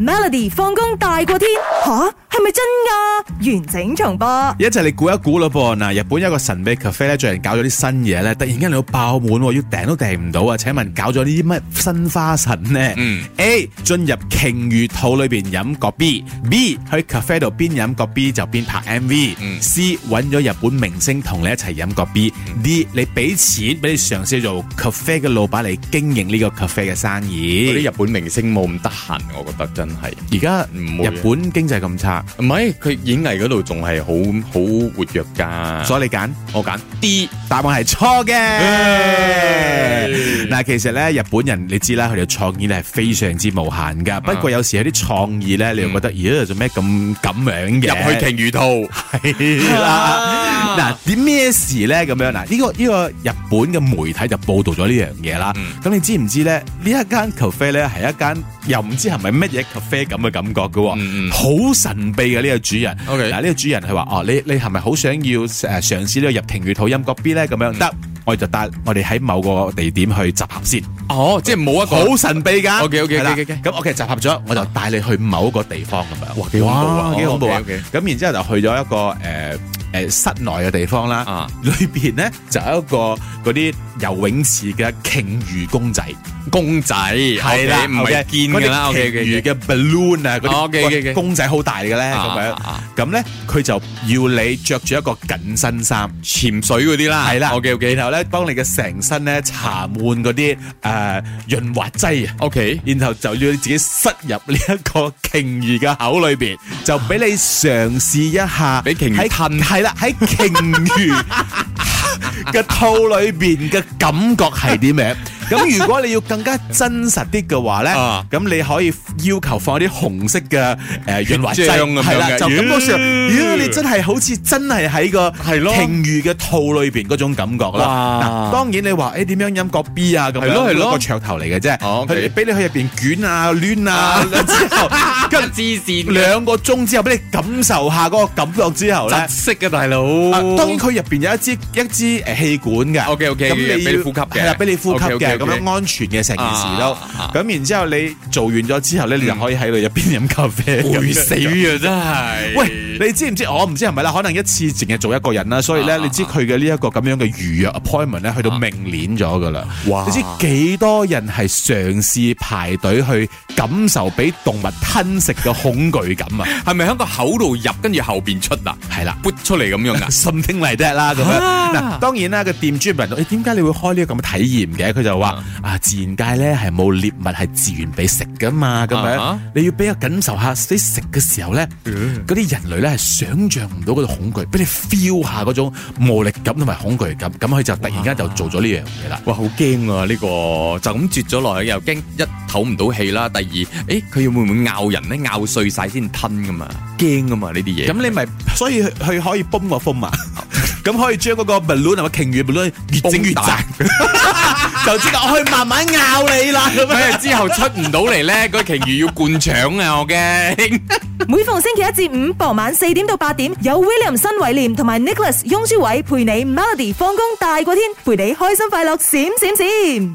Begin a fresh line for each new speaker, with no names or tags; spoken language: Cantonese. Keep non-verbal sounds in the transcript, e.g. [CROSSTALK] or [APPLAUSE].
Melody 放工大過天吓，係咪真㗎？完整重播。
一齊嚟估一估咯噃，嗱，日本有一個神秘 cafe 咧，最近搞咗啲新嘢咧，突然間嚟到爆滿喎，要訂都訂唔到啊！請問搞咗啲乜新花神呢？
嗯
A 進入鯨魚肚裏邊飲個 B，B 去 cafe 度邊飲個 B 就邊拍 MV。
嗯
C 揾咗日本明星同你一齊飲個 B，D 你俾錢俾你上司做 cafe 嘅老闆嚟經營呢個 cafe 嘅生
嗰
意
啲。日本明星冇咁得閒，我覺得真係。
而家
唔會啊
日本經濟咁差，
唔係佢演藝嗰度仲係好好活躍㗎。
所以你揀。
我揀 D，
答案係錯嘅。
唉
嗱，其實咧，日本人你知啦，佢哋嘅創意咧係非常之無限噶。不過有時有啲創意咧，你又覺得，咦，做咩咁咁樣嘅？
入去鯨魚肚。
係
[LAUGHS]
啦。嗱，點咩事咧？咁樣嗱，呢個呢個日本嘅媒體就報道咗呢樣嘢啦。
嗯
咁你知唔知咧？呢一間 cafe 咧係一間又唔知係咪乜嘢 cafe 咁嘅感覺嘅喎。
嗯嗯
好神秘嘅呢個主人。
OK
嗱呢個主人係話哦，你你係咪好想要誒、呃、嘗試呢個入庭月肚音角 B 咧？咁
嗯
樣得，我哋就帶我哋喺某個地點去集合先，
哦，即係冇一個
好神秘㗎。
OK，OK，OK，
係啦
OK，OK
咁 OK 集合咗，我就帶你去某一個地方咁樣。
哇幾恐怖啊
哇幾恐怖啊！
OK，OK
咁然之後就去咗一個誒。呃誒室內嘅地方啦，
啊
裏邊咧就有一個嗰啲游泳池嘅鯨魚公仔，
公仔，係
啦，
唔係堅㗎啦。
嗰啲
OK
鯨魚
OK
嘅 balloon 啊，嗰啲
OK，OK，OK
喂公仔好大嘅咧，咁樣
啊啊啊
咁咧佢就要你着住一個緊身衫，
潛水嗰啲啦。
係啦
，OK OK
然後咧幫你嘅成身咧搽滿嗰啲誒潤滑劑啊。
OK。
然後就要你自己塞入呢一個鯨魚嘅口裏邊，就俾你嘗試一下，
俾鯨魚
喺
吞
係啦，喺鯨魚嘅肚裏邊嘅感覺係點
[LAUGHS]
樣？咁如果你要更加真實啲嘅話咧，
啊
咁你可以要求放啲紅色嘅誒潤滑劑，
血漿咁樣
係啦，
嘅
就感覺上，
咦
咦，你真係好似真係喺個
係咯
鯨魚嘅肚裏邊嗰種感覺啦。嗱，
哇
當然你話誒點樣飲個 B 啊咁樣，
係咯係
嗰個
咯
噱頭嚟嘅啫，
哦，OK
佢俾你去入邊捲啊、攣啊，之
[LAUGHS]
後
跟啊黐線兩
兩個鐘之後俾你感受下嗰個感覺之後咧
窒，息嘅大佬
啊，當然佢入邊有一支一支誒氣管嘅
OK，OK，
咁你要
俾你呼吸嘅
係啦，俾你呼吸嘅，咁
OK，OK，OK
樣安全嘅成件事都
啊啊啊，
咁然之後你做完咗之後咧，你就可以喺度入邊飲咖啡，
攰死啊！真係。
喂，你知唔知？我唔知係咪啦，可能一次淨係做一個人啦，所以咧，
啊
你知佢嘅呢一個咁樣嘅預約 appointment 咧，去到明年咗噶啦。
哇
你知幾多人係嘗試排隊去感受俾動物吞食嘅恐懼感啊？
係咪喺個口度入，跟住後邊出啊？
係啦。。
撥出嚟咁樣噶
something like that 啦，咁樣
啊
嗱，當然啦，個店主問到：，誒點解你會開呢個咁嘅體驗嘅？佢就話：
嗯
啊，自然界咧係冇獵物係自願俾食噶嘛，咁
啊嗯
樣
哈
你要俾我感受下，你食嘅時候咧，嗰啲人類咧係想像唔到嗰種恐懼，俾你 feel 下嗰種無力感同埋恐懼感，咁佢就突然間就做咗呢樣嘢啦。
哇，好驚啊！呢、個就咁啜咗落去，又驚一唞唔到氣啦。第二，誒佢會唔會咬人咧？咬碎晒先吞噶嘛，驚啊噶嘛呢啲嘢。
咁你咪，所以佢可以泵個
[LAUGHS]
風啊，咁可以將嗰個 balloon 係咪鯨魚 balloon 越整越
崩
大
大，
[LAUGHS] 就知道我可以慢慢咬你啦，咁樣。
佢之後出唔到嚟咧，個鯨魚要灌腸啊！我驚。
每逢星期一至五傍晚四點到八點，有 William 新偉廉同埋 Nicholas 雍舒偉陪你 Melody 放工大過天，陪你開心快樂閃閃閃。